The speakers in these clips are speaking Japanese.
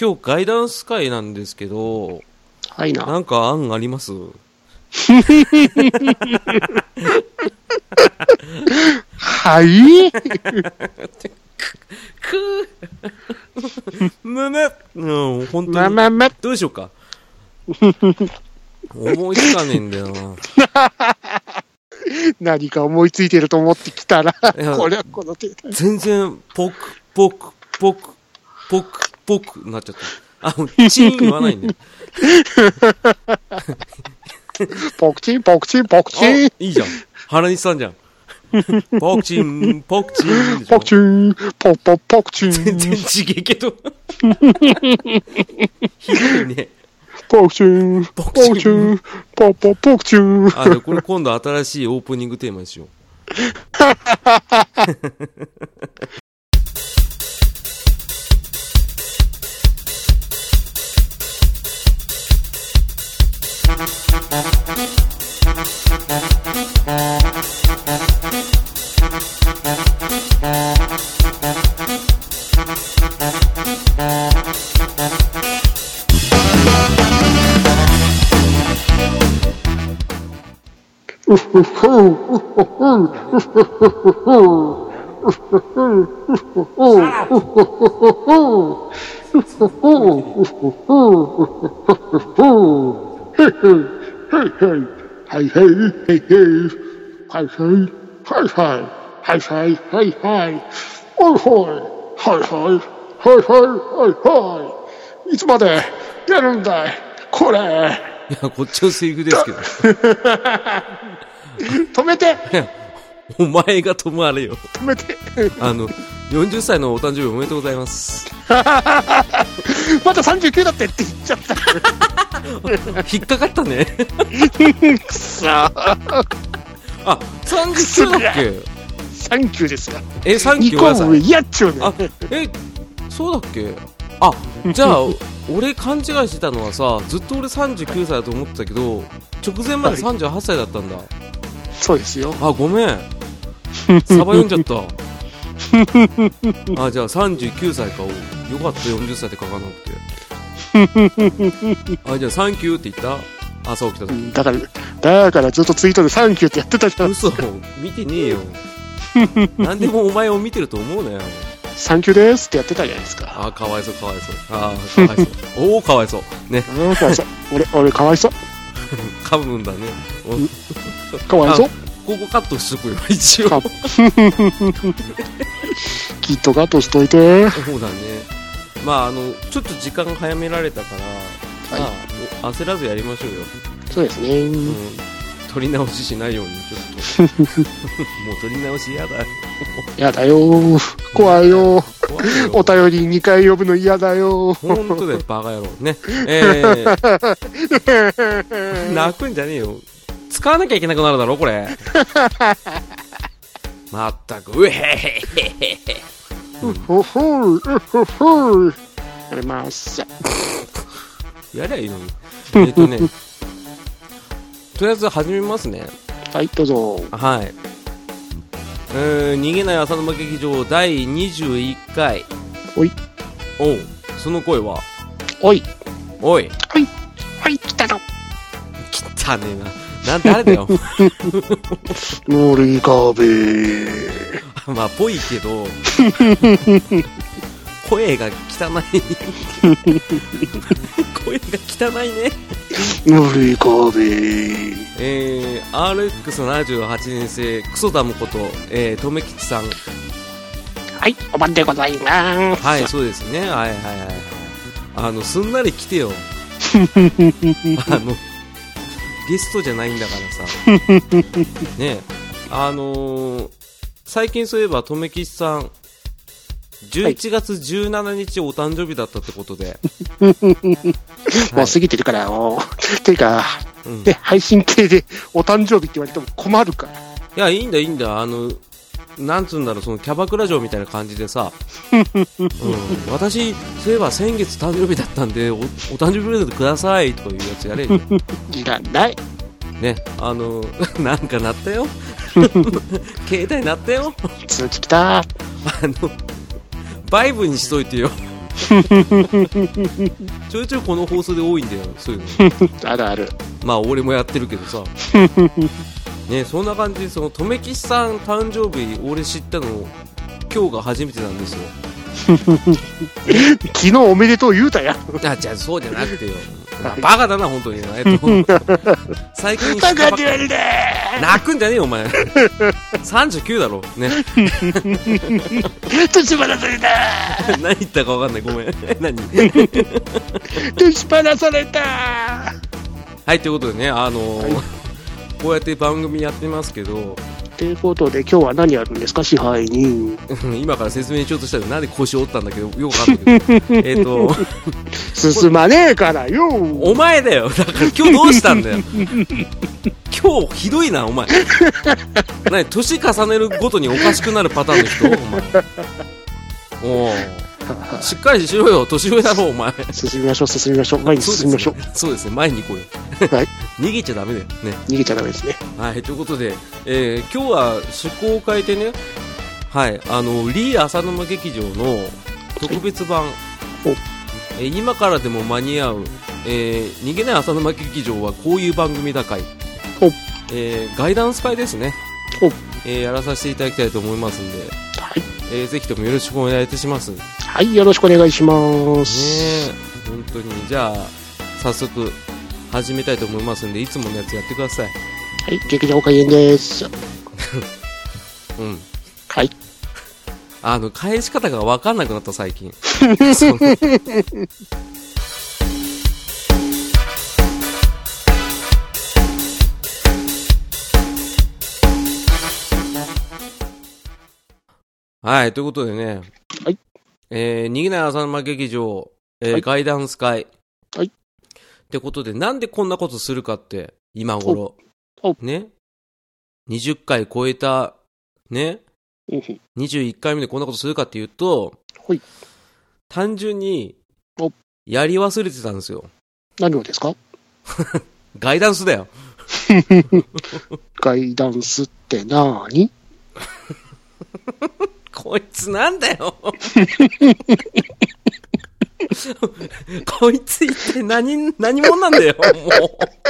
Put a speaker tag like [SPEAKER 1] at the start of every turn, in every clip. [SPEAKER 1] 今日ガイダンス会なんですけど、
[SPEAKER 2] はいな。
[SPEAKER 1] なんか案あります
[SPEAKER 2] はい
[SPEAKER 1] くーむむうん、本当に。
[SPEAKER 2] まあまあまあ、
[SPEAKER 1] どうしよう か。思いつかねえんだよな。
[SPEAKER 2] 何か思いついてると思ってきたら、
[SPEAKER 1] いや
[SPEAKER 2] これはこの手だ。
[SPEAKER 1] 全然、ポク、ポク、ポク、ポク、ポク、なっちゃった。あ、もうチーン言わない んだよ。
[SPEAKER 2] ポクチン、ポクチン、ポク
[SPEAKER 1] あ、
[SPEAKER 2] チ
[SPEAKER 1] い
[SPEAKER 2] ン。
[SPEAKER 1] いじゃん。原西さ んじゃん。ポクチン、ポクチン。
[SPEAKER 2] ポクチン、ポッポッポクチン、
[SPEAKER 1] 全然ちげえけ ど。ひどいね。
[SPEAKER 2] ポクチン、ポ
[SPEAKER 1] クチン
[SPEAKER 2] クチン、ポッポッポクチン。
[SPEAKER 1] あ、じゃあこれ今度新しいオープニングテーマにしよう。
[SPEAKER 2] はいはい、はいはい、はいはい、はいはい、はいはい、はいはい、はいはい、はいはい、はいはい、いつまでやるんだいこれ、
[SPEAKER 1] いや、こっちのセリフですけど。
[SPEAKER 2] 止めて、
[SPEAKER 1] お前が止まれよ。
[SPEAKER 2] 止めて、
[SPEAKER 1] あの、40歳のお誕生日おめでとうございます。
[SPEAKER 2] まだ39だってって言っちゃった。
[SPEAKER 1] 引っかかったね。
[SPEAKER 2] くそ ー、
[SPEAKER 1] あ、39だっけ
[SPEAKER 2] 39ですよ。
[SPEAKER 1] え、3
[SPEAKER 2] 2
[SPEAKER 1] 級ごめんなさ
[SPEAKER 2] 個
[SPEAKER 1] い
[SPEAKER 2] 上、いやっちゅうね。
[SPEAKER 1] あえそうだっけあじゃあ俺勘違いしてたのはさずっと俺39歳だと思ってたけど直前まで38歳だったんだ、
[SPEAKER 2] そうですよ。
[SPEAKER 1] あごめんサバ読んじゃったあじゃあ39歳かおよかった40歳って書かなくてあじゃあ3級って言った朝起きた
[SPEAKER 2] う
[SPEAKER 1] 時
[SPEAKER 2] んだから、だからずっとツイートでサンキューってやってたじゃん。
[SPEAKER 1] 嘘見てねえよ何でもお前を見てると思うなよ
[SPEAKER 2] サンキューですってやってたじゃないですか。
[SPEAKER 1] あかわいそうかわいそうあかわいそうおおかわいそうね
[SPEAKER 2] うん、かわいそう。 俺、俺、かわいそう。
[SPEAKER 1] 噛むんだねお
[SPEAKER 2] かわいそう。
[SPEAKER 1] ここカットしとくよ、一応。
[SPEAKER 2] か きっとガトしといて。
[SPEAKER 1] そうだね。まあ、あの、ちょっと時間が早められたから、
[SPEAKER 2] は
[SPEAKER 1] まあ、お焦らずやりましょうよ。
[SPEAKER 2] そうです
[SPEAKER 1] う
[SPEAKER 2] ね。
[SPEAKER 1] ん。撮り直ししないように、ちょっと。 もう撮り直し嫌だ。
[SPEAKER 2] やだよ。怖いよ。
[SPEAKER 1] 怖い よ
[SPEAKER 2] お。便り2回呼ぶの嫌だよ。
[SPEAKER 1] 本当だよ、バカ野郎。ね。え ー、泣くんじゃねえよ。使わなきゃいけなくなるだろ、これ。まったく、うへへへへ。
[SPEAKER 2] ほほうほほう。やります。
[SPEAKER 1] やりゃいいのに。えっと ね、とりあえず始めますね。
[SPEAKER 2] はい、どうぞ。
[SPEAKER 1] はい。うーん、逃げない浅沼劇場第21回。
[SPEAKER 2] おい。
[SPEAKER 1] おう、その声は、
[SPEAKER 2] おい。
[SPEAKER 1] おい、
[SPEAKER 2] はい、来たの。
[SPEAKER 1] 汚ねえな。な、誰だよ。
[SPEAKER 2] 森壁。
[SPEAKER 1] まあ、ぽいけど、声が汚い。声が汚いね。
[SPEAKER 2] 森壁。
[SPEAKER 1] えー、RX78 年生、クソダムこと、えー、とめきちさん。
[SPEAKER 2] はい、おばんでございます。
[SPEAKER 1] はい、そうですね。はいはいはいはい。あの、すんなり来てよ。あの、ゲストじゃないんだからさ。ね えあのー最近そういえば、とめきしさん、11月17日お誕生日だったってこと で。
[SPEAKER 2] もう過ぎてるから、もう。 てか、
[SPEAKER 1] うん、い
[SPEAKER 2] で、配信系でお誕生日って言われても困るから。
[SPEAKER 1] や、いいんだいいんだ。あの、なんつうんだろう、そのキャバクラ嬢みたいな感じでさ。うん、私、そういえば先月誕生日だったんで、おお誕生日プレゼントくださいとかいうやつやれよ。
[SPEAKER 2] いらない。
[SPEAKER 1] ね、あの、 なんか鳴ったよ。携帯鳴ったよ。
[SPEAKER 2] 続き来た。
[SPEAKER 1] あの、バイブにしといてよ。ちょいちょいこの放送で多いんだよそういうの
[SPEAKER 2] あるある。
[SPEAKER 1] まあ俺もやってるけどさねそんな感じでその留吉さん誕生日俺知ったの今日が初めてなんですよ
[SPEAKER 2] 昨日おめでとう言うたやん。
[SPEAKER 1] あじゃあそうじゃなくてよバカだな本当にえっと最近知った
[SPEAKER 2] バ
[SPEAKER 1] ばっ
[SPEAKER 2] カ
[SPEAKER 1] か
[SPEAKER 2] じゃんだ
[SPEAKER 1] 泣くんじゃねえよお前39だろね
[SPEAKER 2] 年ばらされた
[SPEAKER 1] 何言ったか分かんないごめん何
[SPEAKER 2] 年ばらされた
[SPEAKER 1] はいということでねあのー
[SPEAKER 2] は
[SPEAKER 1] こうやって番組やってますけど
[SPEAKER 2] ということで、今日は何やるんですか、支配人。
[SPEAKER 1] うん今から説明しようとしたらなんで腰折ったんだけどよくわかんないけどえっと
[SPEAKER 2] 進まねえからよ
[SPEAKER 1] お前だよだ から今日どうしたんだよ今日ひどいなお前何年重ねるごとにおかしくなるパターンの人お前おうしっかりしろよ年上だろお前
[SPEAKER 2] 進みましょう、進みましょう。前に進みましょう。
[SPEAKER 1] そうですね前に行こうよ
[SPEAKER 2] はい。
[SPEAKER 1] 逃げちゃダメだよね
[SPEAKER 2] 逃げちゃダメですね。
[SPEAKER 1] はい、ということで、えー今日は趣向を変えてね、はい、あの、リー浅沼劇場の特別版、
[SPEAKER 2] お
[SPEAKER 1] えー今からでも間に合う、えー逃げない浅沼劇場はこういう番組だかい、
[SPEAKER 2] お
[SPEAKER 1] えーガイダンス会ですね、
[SPEAKER 2] お
[SPEAKER 1] えーやらさせていただきたいと思いますんで、
[SPEAKER 2] はい。
[SPEAKER 1] えーぜひともよろしくお願いいたします。ね
[SPEAKER 2] はい、よろしくお願いします。
[SPEAKER 1] え本当に。じゃあ、早速、始めたいと思いますんで、いつものやつやってください。
[SPEAKER 2] はい、劇場開演です。
[SPEAKER 1] うん。
[SPEAKER 2] はい。
[SPEAKER 1] あの、返し方が分かんなくなった最近。はい、ということでね。
[SPEAKER 2] はい。
[SPEAKER 1] えー、逃げない浅沼劇場、えー
[SPEAKER 2] はい
[SPEAKER 1] ガイダンス会。
[SPEAKER 2] はい
[SPEAKER 1] ってことで、なんでこんなことするかって、今頃
[SPEAKER 2] おお。
[SPEAKER 1] ね。20回超えた、ね。
[SPEAKER 2] うんうん
[SPEAKER 1] 21回目でこんなことするかっていうと、
[SPEAKER 2] ほい
[SPEAKER 1] 単純に
[SPEAKER 2] お、
[SPEAKER 1] やり忘れてたんですよ。
[SPEAKER 2] 何をですか
[SPEAKER 1] ガイダンスだよ。
[SPEAKER 2] ガイダンスってなーに
[SPEAKER 1] こいつなんだ よ。こいつ一体何、何者なんだよ、もう。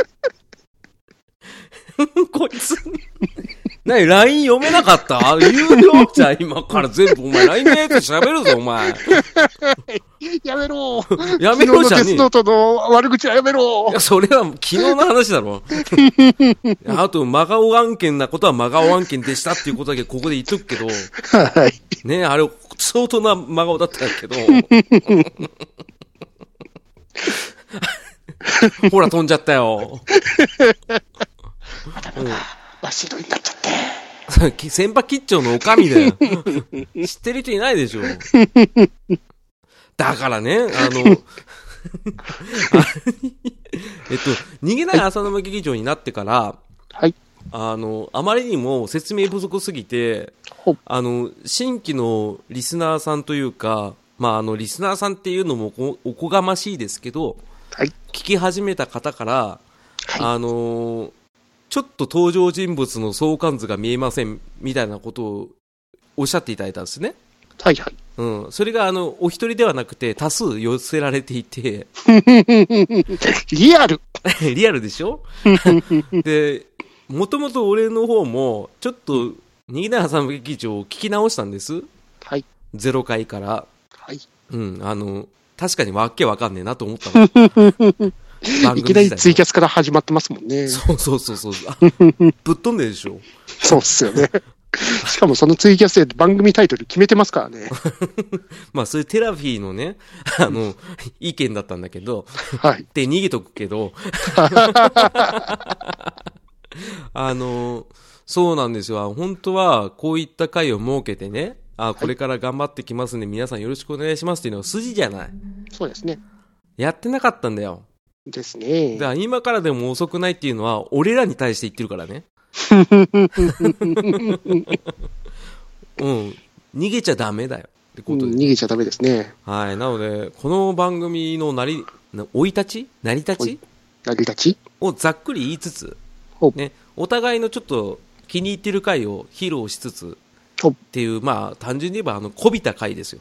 [SPEAKER 1] こいつ。なに、LINE 読めなかった言うよじゃあ今から全部お前 LINE のやつ喋るぞ、お前。
[SPEAKER 2] やめ ろー
[SPEAKER 1] やめ
[SPEAKER 2] 昨日
[SPEAKER 1] ろ
[SPEAKER 2] の
[SPEAKER 1] じゃね
[SPEAKER 2] テ
[SPEAKER 1] え
[SPEAKER 2] ス
[SPEAKER 1] よ
[SPEAKER 2] ノートの悪口はやめろ
[SPEAKER 1] いや、それは昨日の話だろ。あと、真顔案件なことは真顔案件でしたっていうことだけここで言っとくけど、
[SPEAKER 2] はい。
[SPEAKER 1] ね、あれ、相当な真顔だったけど、ほら、飛んじゃったよ。
[SPEAKER 2] 真っ白になっちゃって。
[SPEAKER 1] 先輩吉兆のおかみだよ。知ってる人いないでしょ。だからね、あの、えっと、逃げない浅沼劇場になってから、
[SPEAKER 2] はい。
[SPEAKER 1] あの、あまりにも説明不足すぎて、
[SPEAKER 2] ほ
[SPEAKER 1] あの、新規のリスナーさんというか、まあ、あの、リスナーさんっていうのもこおこがましいですけど、
[SPEAKER 2] はい。
[SPEAKER 1] 聞き始めた方から、
[SPEAKER 2] はい
[SPEAKER 1] あのーちょっと登場人物の相関図が見えません、みたいなことをおっしゃっていただいたんですね。
[SPEAKER 2] はいはい。
[SPEAKER 1] うん。それが、あの、お一人ではなくて、多数寄せられていて、
[SPEAKER 2] リアル。
[SPEAKER 1] リアルでし ょで、もともと俺の方も、ちょっと、新永さん劇場を聞き直したんです。
[SPEAKER 2] はい。
[SPEAKER 1] ゼロ回から。
[SPEAKER 2] はい。
[SPEAKER 1] うん、あの、確かにわっけわかんねえなと思った の。番
[SPEAKER 2] い
[SPEAKER 1] 組
[SPEAKER 2] きなり
[SPEAKER 1] 自
[SPEAKER 2] ツ
[SPEAKER 1] 体
[SPEAKER 2] イキャスから始まってますもんね。そ
[SPEAKER 1] そうそうそうそう。あぶっ飛んでるでしょ
[SPEAKER 2] うっすよね。 しかもそのツイキャスで番組タイトル決めてますからね。
[SPEAKER 1] まあ、それテラフィーのね、あの、意見だったんだけど、
[SPEAKER 2] はい。
[SPEAKER 1] って逃げとくけ ど、あの、そうなんですよ。本当は、こういった会を設けてね、あ、これから頑張ってきますんで、皆さんよろしくお願いしますっていうのは筋じゃない。
[SPEAKER 2] そうですね。
[SPEAKER 1] やってなかったんだよ。
[SPEAKER 2] ですね
[SPEAKER 1] だか。ら今からでも遅くないっていうのは、俺らに対して言ってるから ね。うん。逃げちゃダメだよ。って
[SPEAKER 2] う
[SPEAKER 1] こ
[SPEAKER 2] ん
[SPEAKER 1] とで。
[SPEAKER 2] 逃げちゃダメですね。
[SPEAKER 1] はい。なので、この番組のなり、な生い立ち成り立
[SPEAKER 2] は
[SPEAKER 1] ち
[SPEAKER 2] い成り立ち
[SPEAKER 1] をざっくり言いつつ
[SPEAKER 2] ほ、う
[SPEAKER 1] ね、お互いのちょっと気に入ってる回を披露しつつ
[SPEAKER 2] ほう
[SPEAKER 1] っていう、まあ、単純に言えば、あの、こびた回ですよ。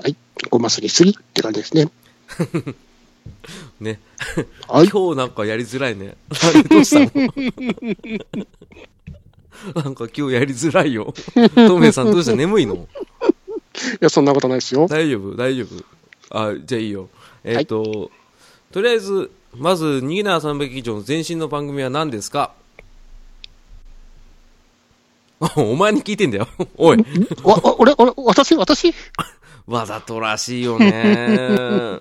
[SPEAKER 2] はい。ごますりすりって感じですね。
[SPEAKER 1] ね。
[SPEAKER 2] は い。
[SPEAKER 1] 今日なんかやりづらい ね。なんでどうしたのなんか今日やりづらいよ。トメさんどうした眠いの
[SPEAKER 2] いや、そんなことないですよ。
[SPEAKER 1] 大丈夫大丈夫あ、じゃあいいよ。えっ、と、とりあえず、まず、ニーナー300以上の前身の番組は何ですか お前に聞いてんだよ。おい。
[SPEAKER 2] わ、わ俺、俺、私、私
[SPEAKER 1] わざとらしいよね。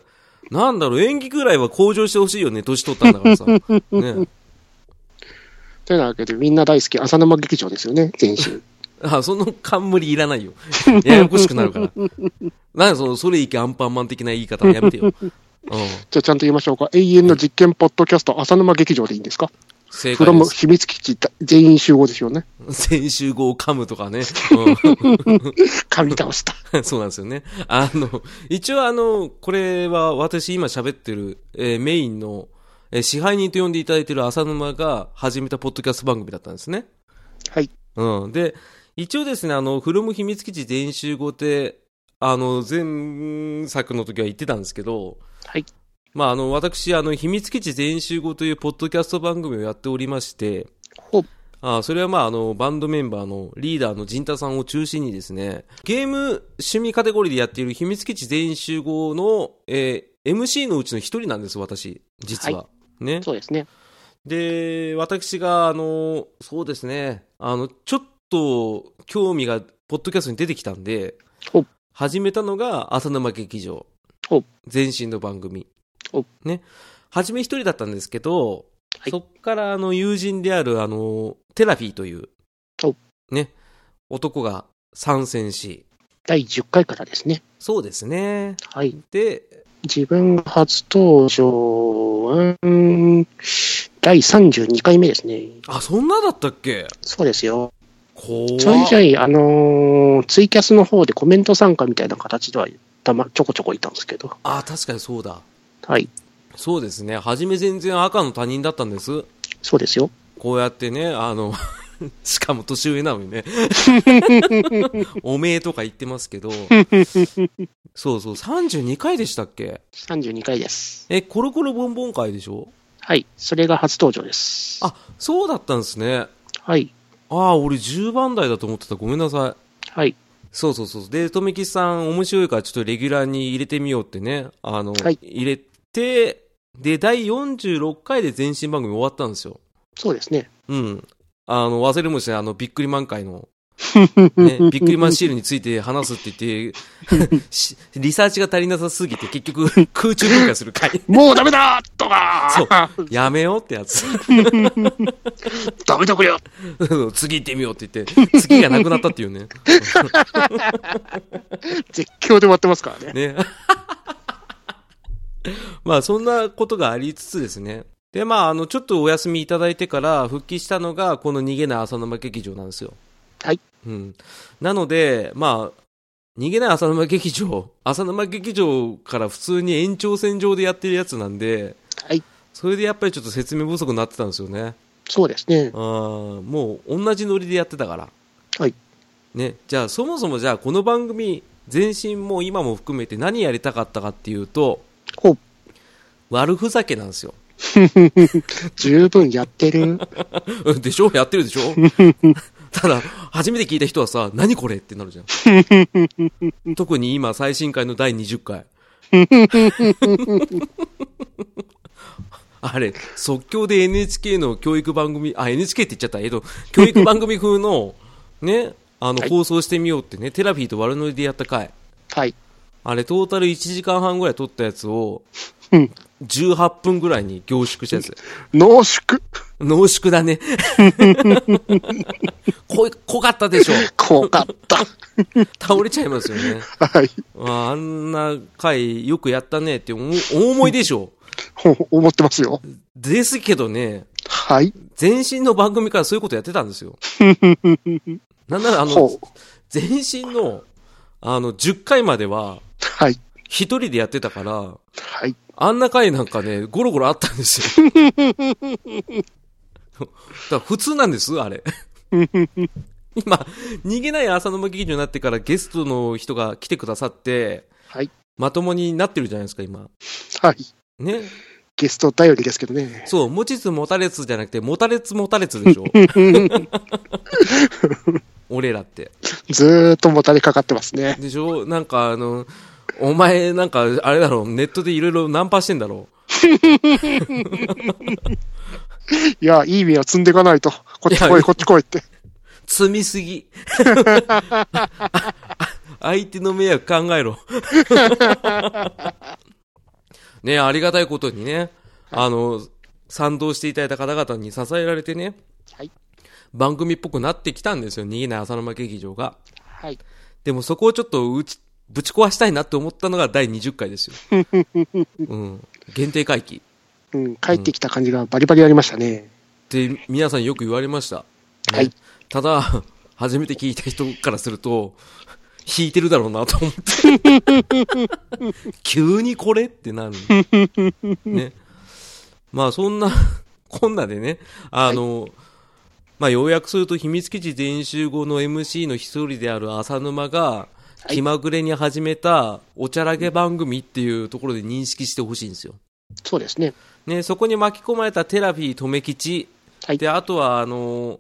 [SPEAKER 1] なんだろう、演技くらいは向上してほしいよね。年取ったんだからさ。ね。
[SPEAKER 2] というわけで、みんな大好き、浅沼劇場ですよね、全 身。
[SPEAKER 1] あ、その冠いらないよ。 ややこしくなるから。なんかその、それいけアンパンマン的な言い方はやめてよ。うん。
[SPEAKER 2] じゃあ、ちゃんと言いましょうか。永遠の実験ポッドキャスト、浅沼劇場でいいんですか
[SPEAKER 1] 正
[SPEAKER 2] フ
[SPEAKER 1] 解
[SPEAKER 2] ロ
[SPEAKER 1] で
[SPEAKER 2] ム
[SPEAKER 1] す。
[SPEAKER 2] 秘密基地、全員集合ですよね。
[SPEAKER 1] 先週号を噛むとかね。
[SPEAKER 2] 噛み倒した。
[SPEAKER 1] うん。 そうなんですよね。あの、一応あの、これは私今喋ってる、えーメインの、えー支配人と呼んでいただいてる浅沼が始めたポッドキャスト番組だったんですね。
[SPEAKER 2] はい。
[SPEAKER 1] うん。で、一応ですね、あの、フロム秘密基地全集合って、あの、前作の時は言ってたんですけど、
[SPEAKER 2] はい。
[SPEAKER 1] まあ、あの、私、あの、秘密基地全集合というポッドキャスト番組をやっておりまして、
[SPEAKER 2] ほ
[SPEAKER 1] あそれはまあ、あの、バンドメンバーのリーダーの陣田さんを中心にですね、ゲーム趣味カテゴリーでやっている秘密基地全員集合の、えー MC のうちの一人なんです、私、実は。
[SPEAKER 2] は
[SPEAKER 1] ね。
[SPEAKER 2] そうですね。
[SPEAKER 1] で、私が、あの、そうですね、あの、ちょっと興味が、ポッドキャストに出てきたんで
[SPEAKER 2] ほう、
[SPEAKER 1] 始めたのが、浅沼劇場
[SPEAKER 2] ほう。
[SPEAKER 1] 前身の番組
[SPEAKER 2] ほう。
[SPEAKER 1] ね。初め一人だったんですけど、
[SPEAKER 2] はい
[SPEAKER 1] そっから、あの、友人である、あの、テラフィーという
[SPEAKER 2] ほう、
[SPEAKER 1] ね、男が参戦し、
[SPEAKER 2] 第10回からですね。
[SPEAKER 1] そうですね。
[SPEAKER 2] はい。
[SPEAKER 1] で、
[SPEAKER 2] 自分が初登場、うーん、第32回目ですね。
[SPEAKER 1] あ、そんなだったっけ
[SPEAKER 2] そうですよ。
[SPEAKER 1] 怖っ
[SPEAKER 2] ちょいちょい、あのーツイキャスの方でコメント参加みたいな形では、たま、ちょこちょこいたんですけど。
[SPEAKER 1] あ、確かにそうだ。
[SPEAKER 2] はい。
[SPEAKER 1] そうですね。初め全然赤の他人だったんです。
[SPEAKER 2] そうですよ。
[SPEAKER 1] こうやってね、あの、 しかも年上なのにね。 おめえとか言ってますけど。そうそう、32回でしたっけ
[SPEAKER 2] 32回です。
[SPEAKER 1] え、コロコロボンボン会でしょ
[SPEAKER 2] はい。それが初登場です。
[SPEAKER 1] あ、そうだったんですね。
[SPEAKER 2] はい。
[SPEAKER 1] ああ、俺10番台だと思ってた。ごめんなさい。
[SPEAKER 2] はい。
[SPEAKER 1] そうそうそう。で、とめきさん面白いからちょっとレギュラーに入れてみようってね。あの、
[SPEAKER 2] はい
[SPEAKER 1] 入れて、で、第46回で全身番組終わったんですよ。
[SPEAKER 2] そうですね。
[SPEAKER 1] うん。あの、忘れもしない、あの、びっくりマン会の、 ね、びっくりマンシールについて話すって言って、しリサーチが足りなさすぎて、結局、空中分解する会。
[SPEAKER 2] もうダメだとか
[SPEAKER 1] そうやめようってやつ。
[SPEAKER 2] ダメだこりゃ
[SPEAKER 1] 次行ってみようって言って、次がなくなったっていうね。
[SPEAKER 2] 絶叫で終わってますから
[SPEAKER 1] ね。
[SPEAKER 2] ね。
[SPEAKER 1] まあ、そんなことがありつつですね。で、まあ、あの、ちょっとお休みいただいてから復帰したのが、この逃げない浅沼劇場なんですよ。
[SPEAKER 2] はい。
[SPEAKER 1] うん。なので、まあ、逃げない浅沼劇場、浅沼劇場から普通に延長線上でやってるやつなんで、
[SPEAKER 2] はい。
[SPEAKER 1] それでやっぱりちょっと説明不足になってたんですよね。
[SPEAKER 2] そうですね。
[SPEAKER 1] あーもう同じノリでやってたから。
[SPEAKER 2] はい。
[SPEAKER 1] ね、じゃあそもそもじゃあこの番組、前身も今も含めて何やりたかったかっていうと、
[SPEAKER 2] ほう。
[SPEAKER 1] 悪ふざけなんですよ。
[SPEAKER 2] 十分やってる。
[SPEAKER 1] うんでしょやってるでしょ ただ、初めて聞いた人はさ、何これってなるじゃ ん。特に今、最新回の第20回。 あれ、即興で NHK の教育番組、あ、NHK って言っちゃった。えっと、教育番組風の、ね、あの、
[SPEAKER 2] はい
[SPEAKER 1] 放送してみようってね、テラフィーと悪ノリでやった回。
[SPEAKER 2] はい。
[SPEAKER 1] あれ、トータル1時間半ぐらい撮ったやつを、
[SPEAKER 2] うん
[SPEAKER 1] 18分ぐらいに凝縮したやつ。
[SPEAKER 2] 濃縮。
[SPEAKER 1] 濃縮だね。 濃い、濃かったでしょ。
[SPEAKER 2] 怖か った。
[SPEAKER 1] 倒れちゃいますよね。
[SPEAKER 2] はい。
[SPEAKER 1] ああんな回よくやったねって思うお思いでしょ。
[SPEAKER 2] ほ思ってますよ。
[SPEAKER 1] ですけどね、
[SPEAKER 2] はい。
[SPEAKER 1] 前身の番組からそういうことやってたんですよ。なんならあの
[SPEAKER 2] ほう、
[SPEAKER 1] 前身の、あの、10回までは、
[SPEAKER 2] はい。
[SPEAKER 1] 一人でやってたから、
[SPEAKER 2] はい。
[SPEAKER 1] あんな回なんかね、ゴロゴロあったんです よ。だから普通なんです、あれ。 今、逃げない朝の劇場になってからゲストの人が来てくださって、
[SPEAKER 2] はい。
[SPEAKER 1] まともになってるじゃないですか、今。
[SPEAKER 2] はい。
[SPEAKER 1] ね。
[SPEAKER 2] ゲスト頼りですけどね。
[SPEAKER 1] そう、持ちつ持たれつじゃなくて、持たれつ持たれつでしょ俺らって。
[SPEAKER 2] ずーっともたれかかってま すね。
[SPEAKER 1] でしょなんかあの、お前なんかあれだろ、ネットでいろいろナンパしてんだろ。
[SPEAKER 2] いや、いい目を積んでいかないと。こっち
[SPEAKER 1] い
[SPEAKER 2] 来
[SPEAKER 1] や
[SPEAKER 2] い、こっち来いって。
[SPEAKER 1] 積みすぎ。相手の迷惑考えろ。ねありがたいことにね、あの、賛同していただいた方々に支えられてね、
[SPEAKER 2] はい。
[SPEAKER 1] 番組っぽくなってきたんですよ、逃げない浅沼劇場が。
[SPEAKER 2] はい。
[SPEAKER 1] でもそこをちょっとうち、ぶち壊したいなって思ったのが第20回ですよ。うん。限定回帰。
[SPEAKER 2] うん、帰ってきた感じがバリバリありましたね。
[SPEAKER 1] って皆さんよく言われました。ね
[SPEAKER 2] はい
[SPEAKER 1] ただ、 初めて聞いた人からすると、弾いてるだろうなと思って。急にこれってなる。ね。まあそんな、こんなでね、あの、まあ要約すると秘密基地全集合の MC の一人である浅沼が、気まぐれに始めたおちゃらけ番組っていうところで認識してほしいんですよ。
[SPEAKER 2] そうですね。
[SPEAKER 1] ね、そこに巻き込まれたテラフィー留吉、
[SPEAKER 2] はい
[SPEAKER 1] であとはあの、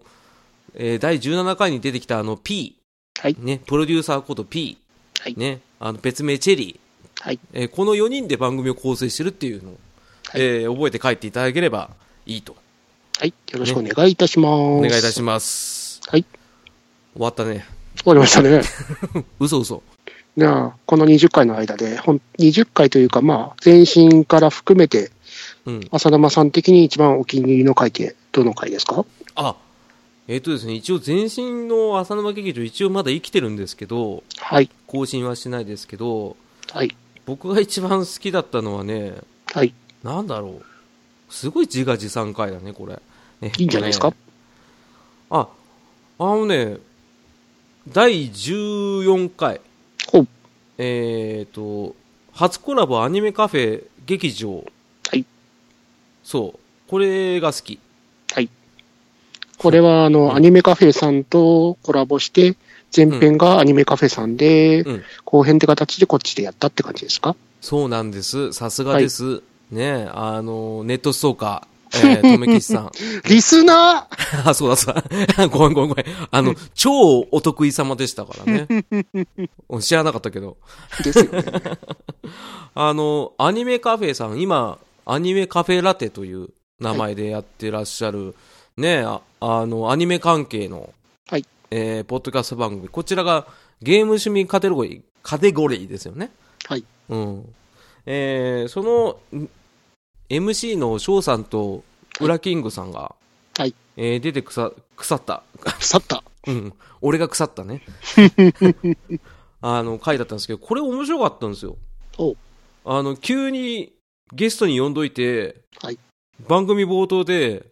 [SPEAKER 1] えー第17回に出てきたあの P、
[SPEAKER 2] はい。
[SPEAKER 1] ね、プロデューサーこと P、
[SPEAKER 2] はい。
[SPEAKER 1] ね、あの別名チェリー、
[SPEAKER 2] はい。
[SPEAKER 1] えーこの4人で番組を構成してるっていうのを、
[SPEAKER 2] はい
[SPEAKER 1] えー覚えて帰っていただければいいと
[SPEAKER 2] はい。よろしくお願いいたします。お
[SPEAKER 1] お願いいたします。
[SPEAKER 2] はい。
[SPEAKER 1] 終わったね。
[SPEAKER 2] 終わりました ね。
[SPEAKER 1] 嘘嘘。
[SPEAKER 2] じゃあ、この20回の間で、ほん20回というか、まあ、前身から含めて、
[SPEAKER 1] うん。
[SPEAKER 2] 浅沼さん的に一番お気に入りの回って、どの回ですか
[SPEAKER 1] あ、えっ、とですね、一応前身の浅沼劇場一応まだ生きてるんですけど、
[SPEAKER 2] はい。
[SPEAKER 1] 更新はしてないですけど、
[SPEAKER 2] はい。
[SPEAKER 1] 僕が一番好きだったのはね、
[SPEAKER 2] はい。
[SPEAKER 1] なんだろう。すごい自画自賛回だね、これ。えっとね
[SPEAKER 2] いいんじゃないですか
[SPEAKER 1] あ、あのね、第14回、
[SPEAKER 2] ほう。
[SPEAKER 1] えっ、と、初コラボアニメカフェ劇場。
[SPEAKER 2] はい。
[SPEAKER 1] そう。これが好き。
[SPEAKER 2] はい。これは、あの、アニメカフェさんとコラボして、前編がアニメカフェさんで、
[SPEAKER 1] うん。
[SPEAKER 2] 後編って形でこっちでやったって感じですか
[SPEAKER 1] そうなんです。さすがです。ねあの、ネットストーカー、えー、とめきしさん。
[SPEAKER 2] リスナー
[SPEAKER 1] あ、そうだそうだ。ごめんごめんごめん。あの、超お得意様でしたからね。うん知らなかったけど。
[SPEAKER 2] ですよね。
[SPEAKER 1] あの、アニメカフェさん、今、アニメカフェラテという名前でやってらっしゃる、ねあ、あの、アニメ関係の、
[SPEAKER 2] はい
[SPEAKER 1] えーポッドキャスト番組。こちらがゲーム趣味カテゴリー、カテゴリーですよね。
[SPEAKER 2] はい。
[SPEAKER 1] うん。えーその、ん MC の翔さんと、ウラキングさんが、
[SPEAKER 2] はい。
[SPEAKER 1] えー出てくさ、腐った。
[SPEAKER 2] 去った。
[SPEAKER 1] うん。俺が腐ったね。あの、回だったんですけど、これ面白かったんですよ。
[SPEAKER 2] おう
[SPEAKER 1] あの、急にゲストに呼んどいて、
[SPEAKER 2] はい
[SPEAKER 1] 番組冒頭で、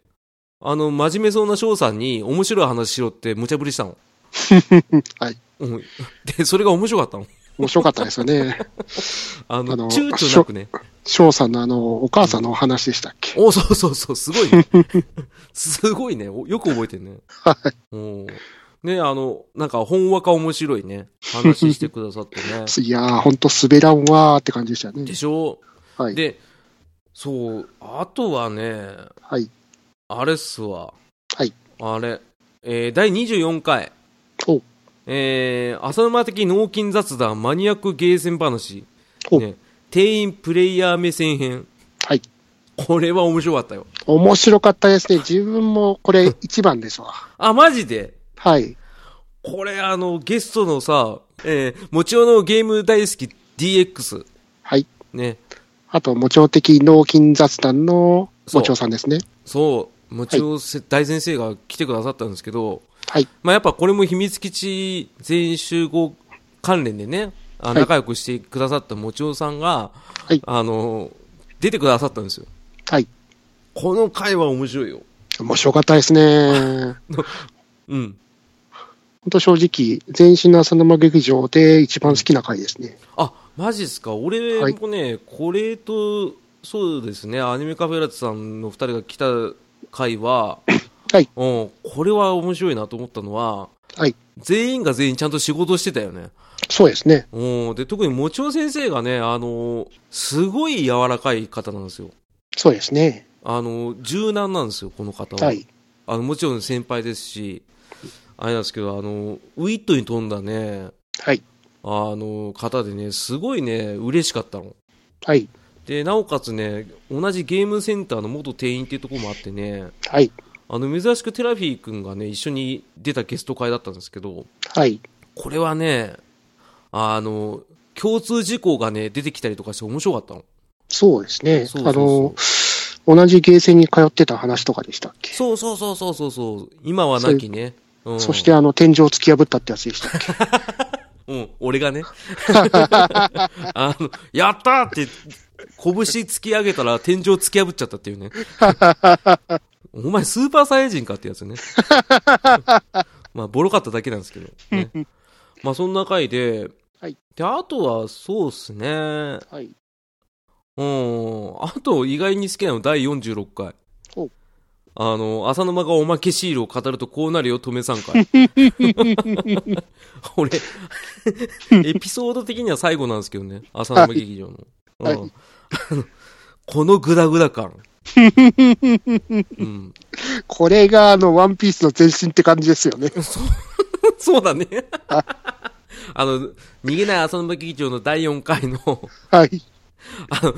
[SPEAKER 1] あの、真面目そうな翔さんに面白い話しろって無茶ぶりしたの。
[SPEAKER 2] はい。
[SPEAKER 1] うん。で、それが面白かったの。
[SPEAKER 2] 面白かったですよ ね。
[SPEAKER 1] あの、
[SPEAKER 2] あの
[SPEAKER 1] 躊躇なくね。
[SPEAKER 2] 翔さんのあの、お母さんのお話でしたっけ
[SPEAKER 1] お、そうそうそう、すごいね。すごいね。およく覚えてるね。
[SPEAKER 2] はい。
[SPEAKER 1] うん。ね、あの、なんか、ほんわか面白いね。話してくださってね。
[SPEAKER 2] いやー、ほんと滑らんわーって感じでしたね
[SPEAKER 1] で。しょ
[SPEAKER 2] はい。
[SPEAKER 1] で、そう、あとはね、
[SPEAKER 2] はい。
[SPEAKER 1] あれっすわ。
[SPEAKER 2] はい。
[SPEAKER 1] あれ。えー、第24回。
[SPEAKER 2] おう
[SPEAKER 1] えー、浅沼的脳筋雑談マニアックゲーセン話。
[SPEAKER 2] おう
[SPEAKER 1] ね、店員プレイヤー目線編。
[SPEAKER 2] はい。
[SPEAKER 1] これは面白かったよ。
[SPEAKER 2] 面白かったですね。自分もこれ一番ですわ。
[SPEAKER 1] あ、マジで
[SPEAKER 2] はい。
[SPEAKER 1] これあの、ゲストのさ、えー、もちろのゲーム大好き DX。
[SPEAKER 2] はい。
[SPEAKER 1] ね。
[SPEAKER 2] あと、もちろ的脳筋雑談の
[SPEAKER 1] そう
[SPEAKER 2] もちろさんですね。
[SPEAKER 1] そう、もちろ大先生が来てくださったんですけど、
[SPEAKER 2] はい。
[SPEAKER 1] まあ、やっぱこれも秘密基地全員集合関連でね、あ
[SPEAKER 2] はい
[SPEAKER 1] 仲良くしてくださったもちおさんが、
[SPEAKER 2] はい
[SPEAKER 1] あの、出てくださったんですよ。
[SPEAKER 2] はい。
[SPEAKER 1] この回は面白いよ。
[SPEAKER 2] 面白かったで すね。
[SPEAKER 1] うん。
[SPEAKER 2] 本当正直、全身の浅沼劇場で一番好きな回ですね。
[SPEAKER 1] あ、マジっすか。俺もね、これと、そうですね、アニメカフェラテさんの二人が来た回 は、
[SPEAKER 2] はい。
[SPEAKER 1] うん、これは面白いなと思ったのは、
[SPEAKER 2] はい。
[SPEAKER 1] 全員が全員ちゃんと仕事してたよね。
[SPEAKER 2] そうですね。
[SPEAKER 1] おで特にもちお先生がね、あのーすごい柔らかい方なんですよ。
[SPEAKER 2] そうですね。
[SPEAKER 1] あのー柔軟なんですよ、この方は。
[SPEAKER 2] はい。
[SPEAKER 1] あのもちろん先輩ですし、あれなんですけど、あのーウィットに富んだね、
[SPEAKER 2] はい。
[SPEAKER 1] あのー方でね、すごいね、嬉しかったの。
[SPEAKER 2] はい。
[SPEAKER 1] で、なおかつね、同じゲームセンターの元店員っていうところもあってね、
[SPEAKER 2] はい。
[SPEAKER 1] あの、珍しくテラフィー君がね、一緒に出たゲスト会だったんですけど、
[SPEAKER 2] はい。
[SPEAKER 1] これはね、あの、共通事項がね、出てきたりとかして面白かったの。
[SPEAKER 2] そうですね。
[SPEAKER 1] そうそう
[SPEAKER 2] あの、同じゲーセンに通ってた話とかでしたっけ
[SPEAKER 1] そうそうそうそうそうそう。今はなきね。うん、
[SPEAKER 2] そして、あの、天井を突き破ったってやつでしたっけ
[SPEAKER 1] うん、俺 がね。あの、やったーって、拳突き上げたら天井突き破っちゃったっていうね。お前スーパーサイヤ人かってやつ ね。まあ、ボロかっただけなんですけど、ね。 まあ、そんな回で、
[SPEAKER 2] はい
[SPEAKER 1] で、あとは、そうっすね。
[SPEAKER 2] はい。
[SPEAKER 1] うん。あと、意外に好きなの、第46回
[SPEAKER 2] お。
[SPEAKER 1] あの、浅沼がおまけシールを語るとこうなるよ、止め3回。 俺、エピソード的には最後なんですけどね、浅沼劇場の。
[SPEAKER 2] はいうは
[SPEAKER 1] ん、あのこのグダグダ 感。うん、
[SPEAKER 2] これが、あの、ワンピースの前身って感じで すよね。
[SPEAKER 1] そうだね。 あの、逃げない浅沼劇場の第4回の、
[SPEAKER 2] はい。
[SPEAKER 1] あの、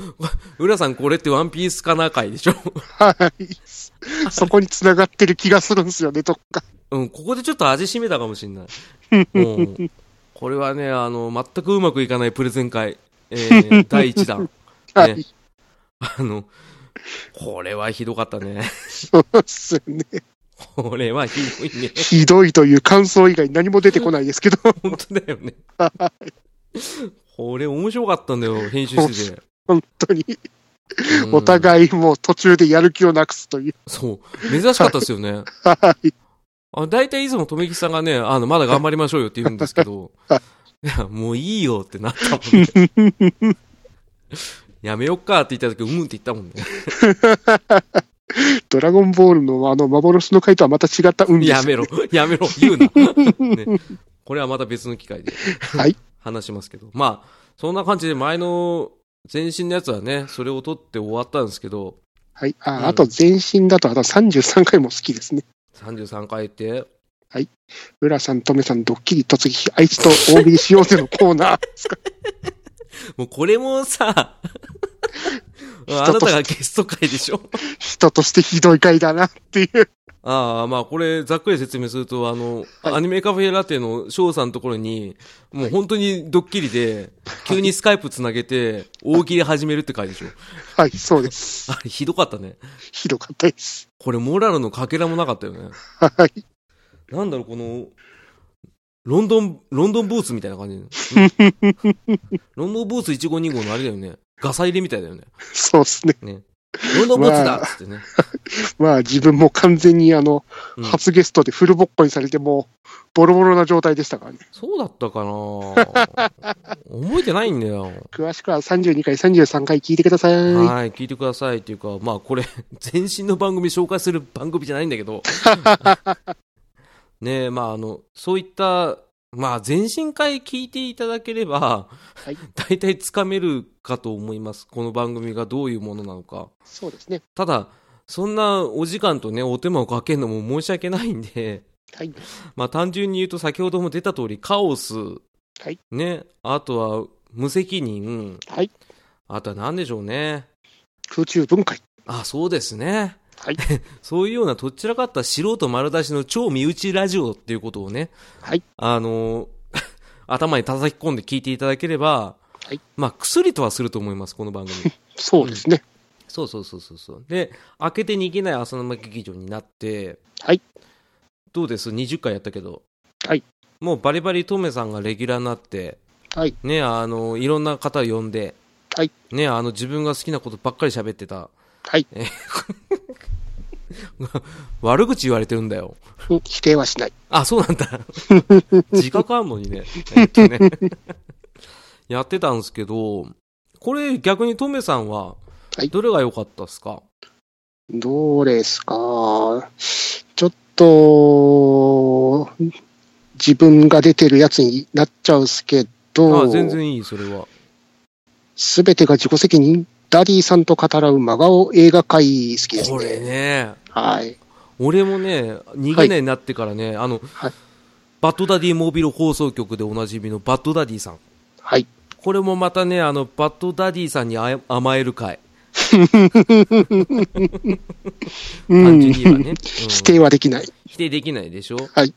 [SPEAKER 1] 浦さんこれってワンピースかな回でしょ
[SPEAKER 2] はい。そこに繋がってる気がするんですよね、どっか。
[SPEAKER 1] うん、ここでちょっと味しめたかもしれ ない。うん、これはね、あの、全くうまくいかないプレゼン会、えー 第1弾。
[SPEAKER 2] はい。
[SPEAKER 1] ねあの、これはひどかったね。
[SPEAKER 2] そうですね。
[SPEAKER 1] これはひど いね。
[SPEAKER 2] ひどいという感想以外何も出てこないですけど、
[SPEAKER 1] 本当だよね。これ面白かったんだよ、編集してて。
[SPEAKER 2] 本当に、
[SPEAKER 1] うん
[SPEAKER 2] お互いもう途中でやる気をなくすという。
[SPEAKER 1] そう。珍しかったですよね。
[SPEAKER 2] はい。
[SPEAKER 1] あ大体いつも留吉さんがね、あの、まだ頑張りましょうよって言うんですけど、いや、もういいよってなったもんね。やめよっかって言った時、うんうんって言ったもんね。
[SPEAKER 2] ドラゴンボールのあの幻の回とはまた違った運です。
[SPEAKER 1] やめろ、やめろ、言うな。ね、これはまた別の機会で
[SPEAKER 2] はい。
[SPEAKER 1] 話しますけど。まあ、そんな感じで前の前身のやつはね、それを取って終わったんですけど、
[SPEAKER 2] はい。あ、
[SPEAKER 1] うん
[SPEAKER 2] あと前身だと、あと33回も好きですね。
[SPEAKER 1] 33回って、
[SPEAKER 2] 浦さん、とめさん、ドッキリ突撃、愛知と大喜利しようぜのコーナー。
[SPEAKER 1] もうこれも さ、あなたがゲスト会でしょ
[SPEAKER 2] 人としてひどい回だなっていう。
[SPEAKER 1] ああ、まあこれ、ざっくり説明すると、あの、
[SPEAKER 2] はい
[SPEAKER 1] アニメカフェラテの翔さんのところに、もう本当にドッキリで、急にスカイプつなげて、大喜利始めるって回でしょ。
[SPEAKER 2] はい、そうです。
[SPEAKER 1] あれ、ひどかったね。
[SPEAKER 2] ひどかったです。
[SPEAKER 1] これ、モラルのかけらもなかったよね。
[SPEAKER 2] はい。
[SPEAKER 1] なんだろう、この、ロンドン、ロンドンブーツみたいな感じ。うんロンドンブーツ1525のあれだよね。ガサ入れみたいだよね。
[SPEAKER 2] そうですね。
[SPEAKER 1] ね。ロンドンブーツだっつってね。
[SPEAKER 2] まあ自分も完全にあの、
[SPEAKER 1] うん
[SPEAKER 2] 初ゲストでフルボッコにされてもう、ボロボロな状態でしたからね。
[SPEAKER 1] そうだったかな覚えてないんだよ。
[SPEAKER 2] 詳しくは32回、33回聞いてください。は
[SPEAKER 1] はい、聞いてくださいっていうか、まあこれ、 全身の番組紹介する番組じゃないんだけど、 ねえ、まああの、そういった、まあ全身会聞いていただければ、
[SPEAKER 2] い。
[SPEAKER 1] 大体つかめるかと思います。この番組がどういうものなのか。
[SPEAKER 2] そうですね。
[SPEAKER 1] ただ、そんなお時間とね、お手間をかけるのも申し訳ないんで、
[SPEAKER 2] はい。
[SPEAKER 1] まあ単純に言うと先ほども出た通り、カオス、
[SPEAKER 2] い
[SPEAKER 1] ね、あとは無責任、
[SPEAKER 2] はい。
[SPEAKER 1] あとは何でしょうね。
[SPEAKER 2] 空中分解。
[SPEAKER 1] あ、そうですね。
[SPEAKER 2] はい。
[SPEAKER 1] そういうようなとっちらかった素人丸出しの超身内ラジオっていうことをね、
[SPEAKER 2] はい。
[SPEAKER 1] あの ー頭に叩き込んで聞いていただければ、
[SPEAKER 2] はい。
[SPEAKER 1] まあ、薬とはすると思います、この番 組。
[SPEAKER 2] そうですね。
[SPEAKER 1] そうそうそうそうそう。で、開けて逃げない浅沼劇場になって、
[SPEAKER 2] はい。
[SPEAKER 1] どうです ?20 回やったけど。
[SPEAKER 2] はい。
[SPEAKER 1] もうバリバリトメさんがレギュラーになって、
[SPEAKER 2] はい。
[SPEAKER 1] ね、あの、いろんな方呼んで、
[SPEAKER 2] はい。
[SPEAKER 1] ね、あの、自分が好きなことばっかり喋ってた。
[SPEAKER 2] はい。
[SPEAKER 1] 悪口言われてるんだよ。
[SPEAKER 2] うん否定はしない。
[SPEAKER 1] あ、そうなん だ。自覚あんのにね。えっとね やってたんですけど、これ逆にトメさんは
[SPEAKER 2] はい、
[SPEAKER 1] どれが良かったですか、
[SPEAKER 2] どうですかちょっと、自分が出てるやつになっちゃうっすけ
[SPEAKER 1] あ
[SPEAKER 2] と、
[SPEAKER 1] 全然いい、それは。
[SPEAKER 2] すべてが自己責任、ダディさんと語らう真顔映画会好きです
[SPEAKER 1] これ
[SPEAKER 2] ね。
[SPEAKER 1] ね、
[SPEAKER 2] はい。
[SPEAKER 1] 俺もね、逃げないになってからね、あの、
[SPEAKER 2] はい
[SPEAKER 1] バッドダディモービル放送局でおなじみのバッドダディさん。
[SPEAKER 2] はい。
[SPEAKER 1] これもまたね、あの、バッドダディさんにあえ甘える会。単純に言えば ね。うん
[SPEAKER 2] 否定はできない。
[SPEAKER 1] 否定できないでしょ
[SPEAKER 2] はい。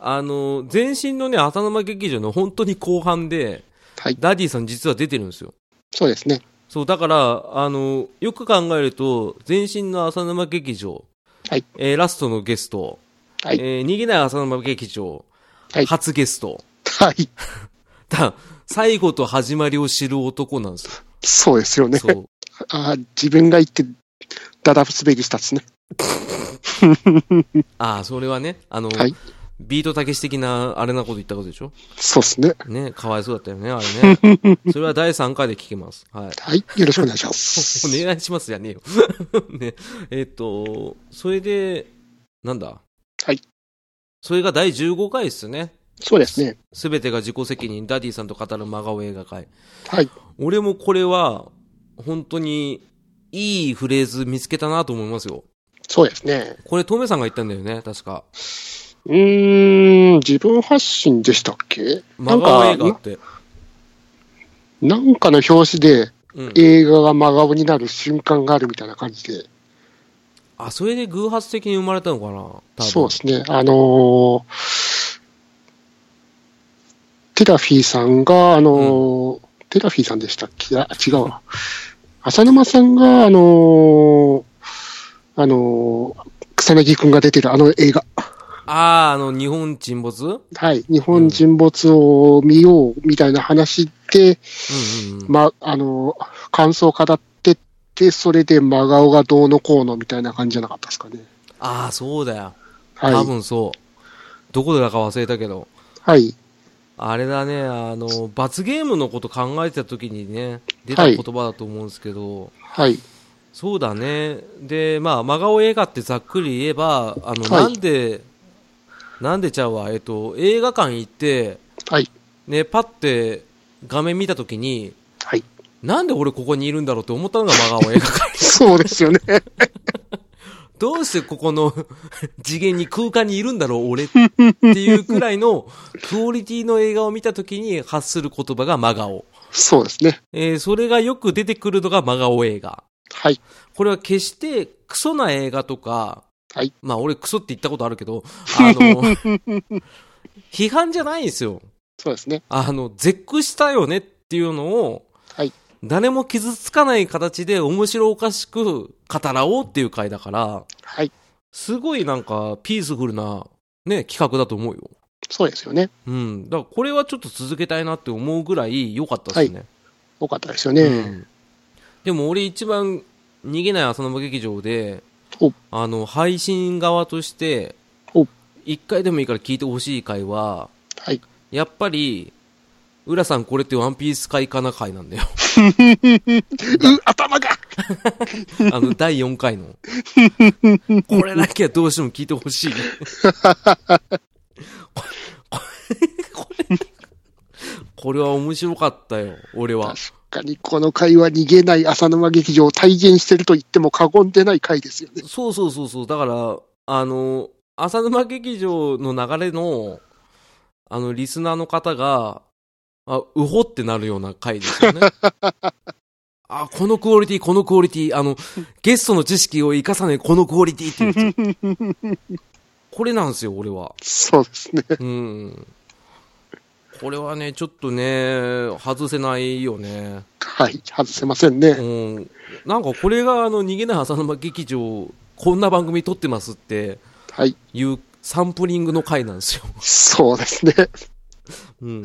[SPEAKER 1] あの、前身のね、浅沼劇場の本当に後半で、
[SPEAKER 2] はい。
[SPEAKER 1] ダディさん実は出てるんですよ。
[SPEAKER 2] そうですね。
[SPEAKER 1] そう、だから、あの、よく考えると、前身の浅沼劇場、
[SPEAKER 2] はい。
[SPEAKER 1] えーラストのゲスト、
[SPEAKER 2] はい
[SPEAKER 1] えー逃げない浅沼劇場、
[SPEAKER 2] はい。
[SPEAKER 1] 初ゲスト、
[SPEAKER 2] はい。
[SPEAKER 1] だ、最後と始まりを知る男なんですよ。
[SPEAKER 2] そうですよね。
[SPEAKER 1] そう。
[SPEAKER 2] あー自分が言って、だだ滑りしたっすね。
[SPEAKER 1] ああ、それはね、あの、
[SPEAKER 2] はい
[SPEAKER 1] ビートたけし的な、あれなこと言ったことでしょ
[SPEAKER 2] そうですね。
[SPEAKER 1] ね、かわいそうだったよね、あれ ね。それは第3回で聞きます。はい。
[SPEAKER 2] はい。よろしくお願いします。
[SPEAKER 1] お願いしますじゃねえよ。 ね、えっ、と、それで、なんだ
[SPEAKER 2] はい。
[SPEAKER 1] それが第15回っすね。
[SPEAKER 2] そうですね。
[SPEAKER 1] すべてが自己責任、ダディさんと語る真顔映画会。
[SPEAKER 2] はい。
[SPEAKER 1] 俺もこれは、本当に、いいフレーズ見つけたなと思いますよ。
[SPEAKER 2] そうですね。
[SPEAKER 1] これ、トメさんが言ったんだよね、確か。
[SPEAKER 2] うーん、自分発信でしたっけなん
[SPEAKER 1] 真顔
[SPEAKER 2] か
[SPEAKER 1] 映、画って。
[SPEAKER 2] なんかの表紙で
[SPEAKER 1] うん。
[SPEAKER 2] 映画が真顔になる瞬間があるみたいな感じで。
[SPEAKER 1] あ、それで偶発的に生まれたのかな多分
[SPEAKER 2] そうですね。あのーテラフィーさんが、あのーテラフィーさんでしたっけあ、違うわ。浅沼さんが、あのーあのー草薙くんが出てるあの映画。
[SPEAKER 1] ああ、あの、日本沈没うん
[SPEAKER 2] はい。日本沈没を見ようみたいな話で、
[SPEAKER 1] うんうん。
[SPEAKER 2] ま、あのー感想を語ってって、それで真顔がどうのこうのみたいな感じじゃなかったですかね。
[SPEAKER 1] ああ、そうだよ。
[SPEAKER 2] はい。
[SPEAKER 1] 多分そう。どこだか忘れたけど。
[SPEAKER 2] はい。
[SPEAKER 1] あれだね、あの、罰ゲームのこと考えてた時にね、出た
[SPEAKER 2] は
[SPEAKER 1] 言
[SPEAKER 2] い
[SPEAKER 1] 葉だと思うんですけど、
[SPEAKER 2] はい。
[SPEAKER 1] そうだね。で、まあ、真顔映画ってざっくり言えば、あの、
[SPEAKER 2] は
[SPEAKER 1] な
[SPEAKER 2] い
[SPEAKER 1] んで、なんでちゃうわ、えっと、映画館行って、
[SPEAKER 2] はい。
[SPEAKER 1] ね、パって画面見た時に、
[SPEAKER 2] はい。
[SPEAKER 1] なんで俺ここにいるんだろうって思ったのが真顔映画館。
[SPEAKER 2] そうで すよね。
[SPEAKER 1] どうしてここの 次元に空間にいるんだろう俺っていうくらいのクオリティの映画を見た時に発する言葉が真顔。
[SPEAKER 2] そうですね。
[SPEAKER 1] えーそれがよく出てくるのが真顔映画。
[SPEAKER 2] はい。
[SPEAKER 1] これは決してクソな映画とか、
[SPEAKER 2] はい。
[SPEAKER 1] まあ俺クソって言ったことあるけど、あの、 批判じゃないんですよ。
[SPEAKER 2] そうですね。
[SPEAKER 1] あの、絶句したよねっていうのを、
[SPEAKER 2] はい。
[SPEAKER 1] 誰も傷つかない形で面白おかしく語らおうっていう回だから、
[SPEAKER 2] はい。
[SPEAKER 1] すごいなんかピースフルなね、企画だと思うよ。
[SPEAKER 2] そうですよね。
[SPEAKER 1] うん。だからこれはちょっと続けたいなって思うぐらい良かったですね。
[SPEAKER 2] 多かったですよね。
[SPEAKER 1] うんでも俺一番逃げない浅沼劇場で
[SPEAKER 2] お、
[SPEAKER 1] あの、配信側として
[SPEAKER 2] お、
[SPEAKER 1] 一回でもいいから聞いてほしい回は、
[SPEAKER 2] はい。
[SPEAKER 1] やっぱり、浦さんこれってワンピース回かな回なんだよ。
[SPEAKER 2] う、頭 が
[SPEAKER 1] あの、第4回の。これだけはどうしても聞いてほしい。 これ、これ、これ、これは面白かったよ、俺は。
[SPEAKER 2] 確かに、この回は逃げない浅沼劇場を体現してると言っても過言でない回ですよね。
[SPEAKER 1] そうそうそうそう。だから、あの、浅沼劇場の流れの、あの、リスナーの方が、あ、うほってなるような回ですよね。あ、このクオリティ、このクオリティ、あの、ゲストの知識を生かさないこのクオリティっていうやつ。これなんですよ、俺は。
[SPEAKER 2] そうですね。
[SPEAKER 1] うん。これはね、ちょっとね、外せないよね。
[SPEAKER 2] はい。外せませんね。
[SPEAKER 1] うん。なんかこれが、あの、逃げない浅沼劇場、こんな番組撮ってますって、
[SPEAKER 2] はい。
[SPEAKER 1] いうサンプリングの回なんですよ。
[SPEAKER 2] そうですね。
[SPEAKER 1] うん。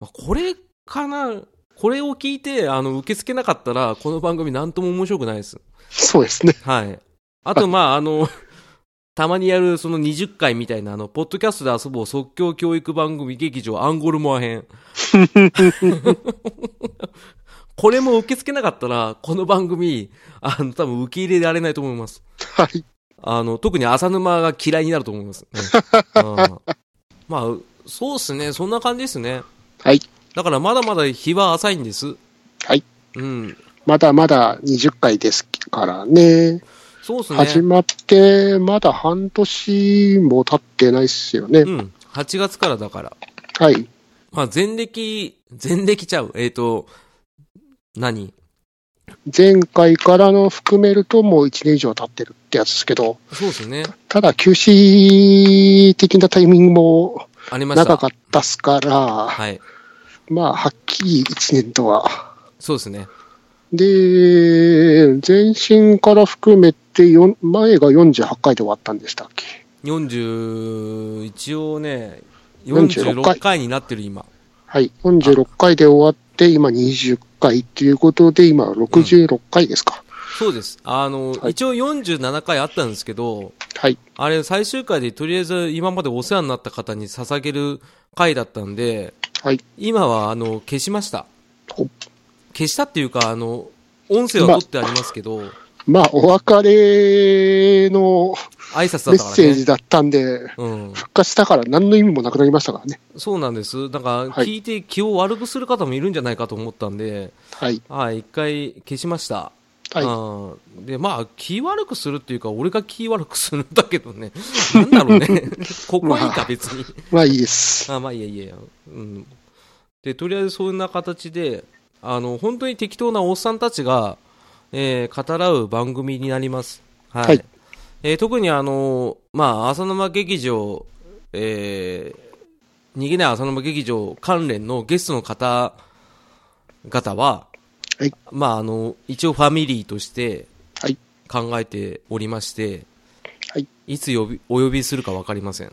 [SPEAKER 1] まあ これかな、これを聞いて、あの、受け付けなかったら、この番組なんとも面白くないです。
[SPEAKER 2] そうですね。
[SPEAKER 1] はい。あと、まあ、あの、 たまにやる、その20回みたいな、あの、ポッドキャストで遊ぼう即興教育番組劇場アンゴルモア 編。これも受け付けなかったら、この番組、あの、多分受け入れられないと思います。
[SPEAKER 2] はい。
[SPEAKER 1] あの、特に浅沼が嫌いにな ると思います。うんあーまあ、そうっすね。そんな感じですね。
[SPEAKER 2] はい。
[SPEAKER 1] だからまだまだ日は浅いんです。
[SPEAKER 2] はい。
[SPEAKER 1] うん。
[SPEAKER 2] まだまだ20回ですからね。
[SPEAKER 1] そうですね。
[SPEAKER 2] 始まって、まだ半年も経ってないっすよね。
[SPEAKER 1] うん。8月からだから。
[SPEAKER 2] はい。
[SPEAKER 1] まあ、前歴、前歴ちゃう。えっ、と、何
[SPEAKER 2] 前回からの含めるともう1年以上経ってるってやつですけど、
[SPEAKER 1] そうですね。
[SPEAKER 2] ただ休止的なタイミングも
[SPEAKER 1] ありました。
[SPEAKER 2] 長かったっすから、
[SPEAKER 1] はい。
[SPEAKER 2] まあ、はっきり1年とは。
[SPEAKER 1] そうですね。
[SPEAKER 2] で、前身から含めてよん、前が48回で終わったんでしたっけ
[SPEAKER 1] 40、一応ね、
[SPEAKER 2] 46
[SPEAKER 1] 46回になってる今。
[SPEAKER 2] はい。46回で終わって、今20回っていうことで、今66回ですか。
[SPEAKER 1] そうです。あの、
[SPEAKER 2] はい
[SPEAKER 1] 一応47回あったんですけど、
[SPEAKER 2] はい。
[SPEAKER 1] あれ最終回でとりあえず今までお世話になった方に捧げる回だったんで、
[SPEAKER 2] はい。
[SPEAKER 1] 今はあの、消しました。
[SPEAKER 2] お
[SPEAKER 1] 消したっていうか、あの、音声は取ってありますけど、
[SPEAKER 2] まあ、お別れの
[SPEAKER 1] 挨拶だっ
[SPEAKER 2] メッ
[SPEAKER 1] たからね。
[SPEAKER 2] セージだったんで、
[SPEAKER 1] うん。
[SPEAKER 2] 復活したから何の意味もなくなりましたからね。
[SPEAKER 1] そうなんです。だから、
[SPEAKER 2] はい
[SPEAKER 1] 聞いて気を悪くする方もいるんじゃないかと思ったんで、
[SPEAKER 2] はい。
[SPEAKER 1] はい、一回消しました。
[SPEAKER 2] は
[SPEAKER 1] うんで、まあ、気悪くするっていうか、俺が気悪くするんだけどね。なんだろう ね。ここはいいか、別に。
[SPEAKER 2] い。まあいいです。
[SPEAKER 1] あ、まあ、いやいや。うん。で、とりあえずそんな形で、あの、本当に適当なおっさんたちが、えー語らう番組になります。はい。
[SPEAKER 2] はい
[SPEAKER 1] えー特にあの、まあ、浅沼劇場、えー逃げない浅沼劇場関連のゲストの方々は、
[SPEAKER 2] はい
[SPEAKER 1] まあ、あの、一応ファミリーとして
[SPEAKER 2] はい。
[SPEAKER 1] 考えておりまして、
[SPEAKER 2] はい。
[SPEAKER 1] いつ呼び、お呼びするかわかりま せん。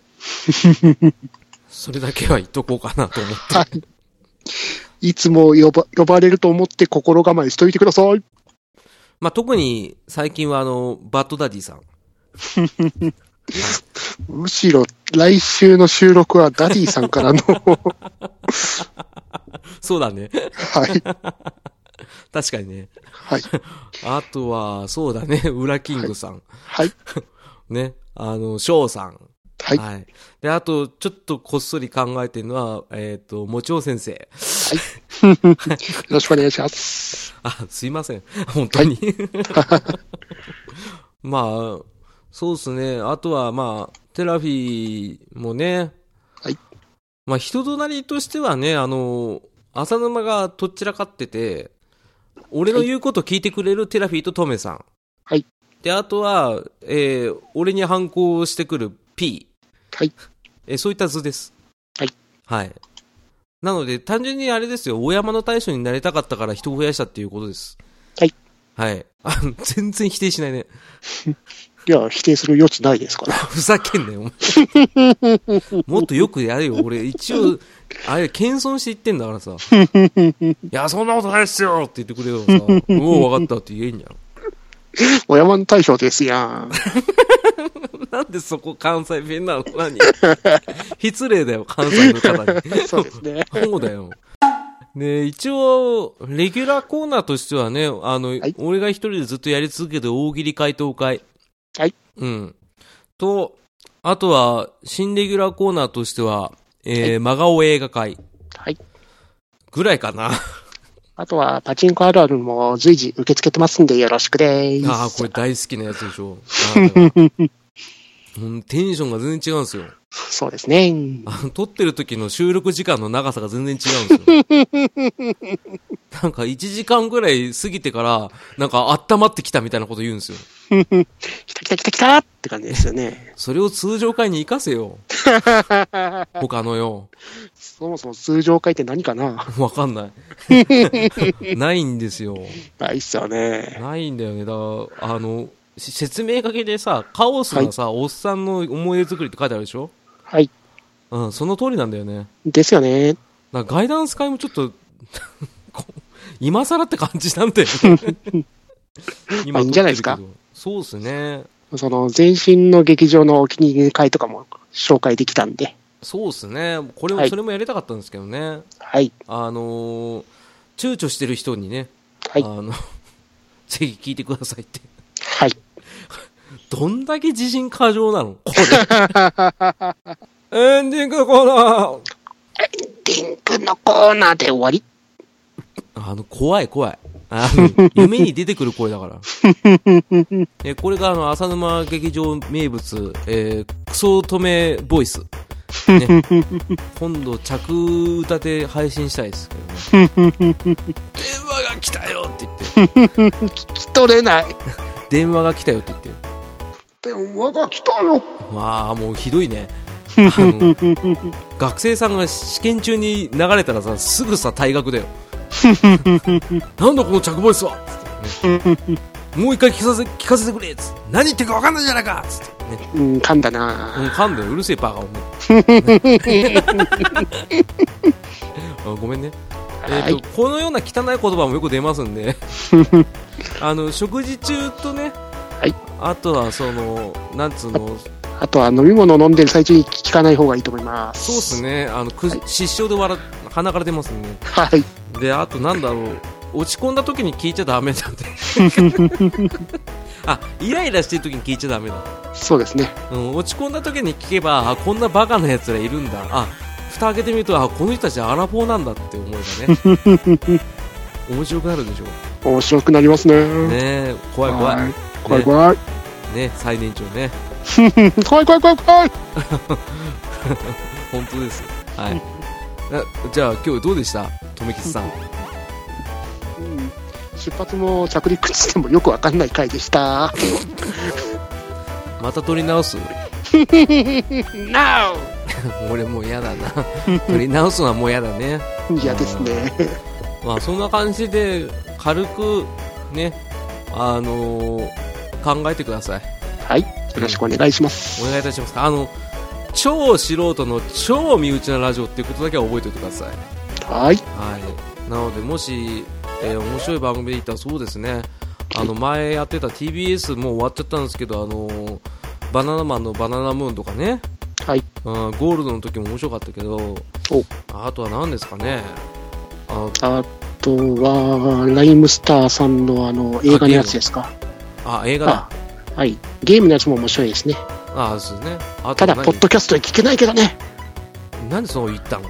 [SPEAKER 1] それだけは言っとこうかなと思って。
[SPEAKER 2] はい。いつも呼ば呼ばれると思って心構えしといてください。
[SPEAKER 1] まあ、特に最近はあの、バッドダディさん。
[SPEAKER 2] むしろ来週の収録はダディさんからの、 は
[SPEAKER 1] そうだね。
[SPEAKER 2] い。
[SPEAKER 1] 確かにね。
[SPEAKER 2] はい。
[SPEAKER 1] あとは、そうだね。裏キングさん。
[SPEAKER 2] はい。
[SPEAKER 1] ね。あの、翔さん。
[SPEAKER 2] はい。
[SPEAKER 1] で、あと、ちょっとこっそり考えてるのは、えっ、と、もちお先生。
[SPEAKER 2] よろしくお願いします。
[SPEAKER 1] あ、すいません。本当に。 まあ、そうですね。あとは、まあ、テラフィーもね。
[SPEAKER 2] はい。
[SPEAKER 1] まあ、人となりとしてはね、あの、浅沼がとっちらかってて、俺の言うこと聞いてくれるテラフィーとトメさん。
[SPEAKER 2] はい。
[SPEAKER 1] で、あとは、えー俺に反抗してくる P。
[SPEAKER 2] はい。
[SPEAKER 1] えーそういった図です。
[SPEAKER 2] はい。
[SPEAKER 1] はい。なので、単純にあれですよ、大山の大将になりたかったから人を増やしたっていうことです。
[SPEAKER 2] はい。
[SPEAKER 1] はい。あの全然否定しないね。
[SPEAKER 2] いや、否定する余地ないですから。
[SPEAKER 1] ふざけんなよ、お前 もっとよくやれよ、俺。一応、あれ、謙遜して言ってんだからさ。い や、そんなことないっすよって言ってくれよさ。おう、わかったって言えんじゃん。
[SPEAKER 2] お山の大将ですやん。
[SPEAKER 1] なんでそこ関西弁なの何失礼だよ、関西の方に。
[SPEAKER 2] そうですね。
[SPEAKER 1] そうだよ。で、一応、レギュラーコーナーとしてはね、あの、
[SPEAKER 2] い
[SPEAKER 1] 俺が一人でずっとやり続けて大喜利回答会。
[SPEAKER 2] はい。
[SPEAKER 1] うん。と、あとは、新レギュラーコーナーとしては、えー真顔映画会
[SPEAKER 2] はい。
[SPEAKER 1] ぐらいかな。
[SPEAKER 2] あとは、パチンコあるあるも随時受け付けてますんでよろしくです。
[SPEAKER 1] ああ、これ大好きなやつでし ょ。あーうん、テンションが全然違うんですよ。
[SPEAKER 2] そうですね。
[SPEAKER 1] あの撮ってる時の収録時間の長さが全然違うんですよ。 なんか1時間ぐらい過ぎてから、なんか温まってきたみたいなこと言うんですよ。
[SPEAKER 2] 来た来た来た来たって感じですよね。
[SPEAKER 1] それを通常会に活かせ よ。他のよ。
[SPEAKER 2] そもそも通常回って何かな
[SPEAKER 1] わかん ない。ないんですよ。
[SPEAKER 2] ないっすよね。
[SPEAKER 1] ないんだよね。だから、あの、し説明書きでさ、カオスなさ、おっさんの思い出作りって書いてあるでしょ
[SPEAKER 2] はい。
[SPEAKER 1] うん、その通りなんだよね。
[SPEAKER 2] ですよね。
[SPEAKER 1] なんかガイダンス会もちょっと、 こ今更って感じなんで。
[SPEAKER 2] ま あいいんじゃないです
[SPEAKER 1] 撮
[SPEAKER 2] か
[SPEAKER 1] ってるけど。そうですね。
[SPEAKER 2] その、前身の劇場のお気に入り会とかも紹介できたんで。
[SPEAKER 1] そうですね。これも、
[SPEAKER 2] はい
[SPEAKER 1] それもやりたかったんですけどね。
[SPEAKER 2] はい。
[SPEAKER 1] あのー躊躇してる人にね、
[SPEAKER 2] はい
[SPEAKER 1] あ。の、 ぜひ聞いてくださいって。
[SPEAKER 2] はい。
[SPEAKER 1] どんだけ自信 過剰なのこれ。エンディングコーナー
[SPEAKER 2] ティングのコーナーで終わり。
[SPEAKER 1] あの、怖い怖い。あ の、夢に出てくる声だから。え、これがあの、浅沼劇場名物、えークソ止めボイス。 ね、今度、着歌で配信したいですけどね。電 話が来たよって言って。
[SPEAKER 2] 聞き取れない。
[SPEAKER 1] 電話が来たよって言って。
[SPEAKER 3] 電話が来たよ。
[SPEAKER 1] わあもうひどいねあの学生さんが試験中に流れたらさすぐさ退学だ よなんだこの着ボイスはつってねもう一回聞かせ聞かせてくれつって何言ってるか分かんないじゃないかつってね
[SPEAKER 2] うん、噛んだな
[SPEAKER 1] うん、噛んだよ、うるせえバカ、お 前あごめんね。えーと
[SPEAKER 2] はい
[SPEAKER 1] このような汚い言葉もよく出ますん であの食事中とね、
[SPEAKER 2] はい
[SPEAKER 1] あとはそのなんつうの
[SPEAKER 2] あとは飲み物飲んでる最中に聞かない方がいいと思います。
[SPEAKER 1] そうですね、あのく、失笑で笑っ鼻から出ますね。
[SPEAKER 2] はい。
[SPEAKER 1] で、あとなんだろう、落ち込んだ時に聞いちゃダメだ って。あ、イライラしてる時に聞いちゃダメだ。
[SPEAKER 2] そうですね。
[SPEAKER 1] うん、落ち込んだ時に聞けば、あ、こんなバカな奴らいるんだ。あ、蓋開けてみると、あ、この人たちアラフォーなんだって思いがね。 面白くなるでしょう。
[SPEAKER 2] 面白くなりますね。
[SPEAKER 1] ねえ、怖い怖い。
[SPEAKER 2] はい怖い 怖い。
[SPEAKER 1] ね、最年長ね。
[SPEAKER 2] 怖い怖い怖い怖い。
[SPEAKER 1] 本当です。はい。あじゃあ今日どうでしたとめきちさん。
[SPEAKER 2] うん出発も着陸地点もよくわかんない回でした。
[SPEAKER 1] また撮り直す
[SPEAKER 2] NO!
[SPEAKER 1] 俺もう嫌だな 撮り直すのはもう嫌だね
[SPEAKER 2] 嫌ですね。
[SPEAKER 1] まあそんな感じで軽くねあのー考えてください
[SPEAKER 2] はい。よろしくお願いします。
[SPEAKER 1] お願いいたしますあの超素人の超身内なラジオっていうことだけは覚えておいてください
[SPEAKER 2] はい。
[SPEAKER 1] はいなのでもし、えー面白い番組でいったらそうですねあの前やってた TBS もう終わっちゃったんですけどあのーバナナマンのバナナムーンとかね
[SPEAKER 2] はい。
[SPEAKER 1] うんゴールドの時も面白かったけど
[SPEAKER 2] お
[SPEAKER 1] あとは何ですかねあ
[SPEAKER 2] あとは、ライムスターさんのあの映画のやつですか。
[SPEAKER 1] あ映画だ
[SPEAKER 2] あはい。ゲームのやつも面白いですね。
[SPEAKER 1] ああそうですねあ
[SPEAKER 2] た
[SPEAKER 1] と
[SPEAKER 2] だ、
[SPEAKER 1] 何
[SPEAKER 2] ポッドキャストで聞けないけどね。
[SPEAKER 1] なんでそう言ったの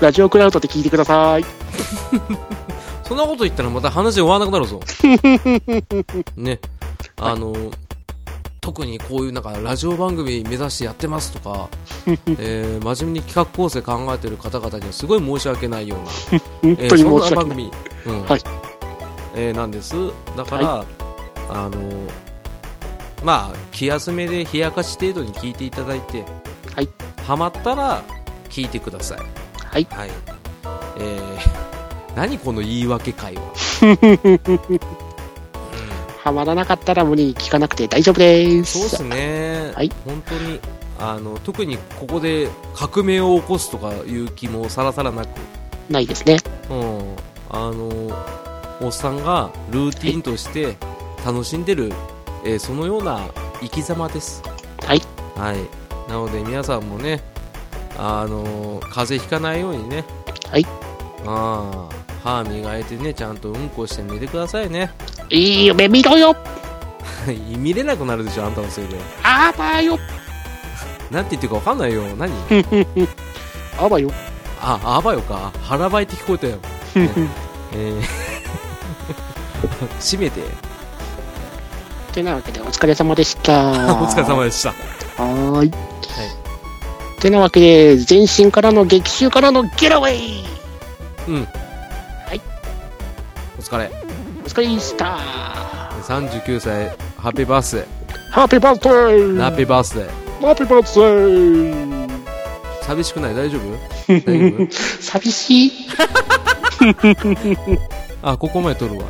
[SPEAKER 2] ラジオクラウドで聞いてください。
[SPEAKER 1] そんなこと言ったらまた話終わらなくなる ぞねあの、特にこういうなんかラジオ番組目指してやってますと か、えー真面目に企画構成考えてる方々にはすごい申し訳ないような
[SPEAKER 2] 本
[SPEAKER 1] え
[SPEAKER 2] 当
[SPEAKER 1] ー
[SPEAKER 2] に
[SPEAKER 1] そん
[SPEAKER 2] 申
[SPEAKER 1] な
[SPEAKER 2] し訳
[SPEAKER 1] 番
[SPEAKER 2] ない。
[SPEAKER 1] 組、うん
[SPEAKER 2] はい
[SPEAKER 1] えーなんですだから、あのまあ気休めで冷やかし程度に聞いていただいて
[SPEAKER 2] はい
[SPEAKER 1] ハマったら聞いてください
[SPEAKER 2] はい
[SPEAKER 1] はいえー、 何この言い訳会は
[SPEAKER 2] ハマらなかったら無理に聞かなくて大丈夫です。
[SPEAKER 1] そうですね、
[SPEAKER 2] はい
[SPEAKER 1] 本当にあの特にここで革命を起こすとかいう気もさらさらなく
[SPEAKER 2] ないですね。
[SPEAKER 1] うん、あのおっさんがルーティンとして楽しんでる、えーそのような生き様です、
[SPEAKER 2] はい。
[SPEAKER 1] はい、なので皆さんもねあの風邪ひかないようにね
[SPEAKER 2] はい
[SPEAKER 1] あー歯磨いてねちゃんとうんこして寝てくださいね
[SPEAKER 2] いい夢見ろよ
[SPEAKER 1] 見れなくなるでしょあんたのせいで
[SPEAKER 2] あばよ
[SPEAKER 1] なんて言ってるかわかんないよ何
[SPEAKER 2] あばよ
[SPEAKER 1] あ、あばよか。腹ばいって聞こえたよ。ねえー 閉めて。
[SPEAKER 2] てなわけでお疲れ様でした。
[SPEAKER 1] お疲れ様でした。
[SPEAKER 2] はーい。はい。てなわけで、全身からの激臭からのゲラウェイ
[SPEAKER 1] お疲れ。
[SPEAKER 2] お疲れでした。ハ
[SPEAKER 1] 39歳、ハッピーバースデ
[SPEAKER 2] ッピーバースデ
[SPEAKER 1] ー。
[SPEAKER 2] ー
[SPEAKER 1] ラッピーバースデー。
[SPEAKER 2] ハッピーバースデー
[SPEAKER 1] 寂しくない大丈夫大 丈夫
[SPEAKER 2] 寂しい
[SPEAKER 1] あ、ここまで撮るわ。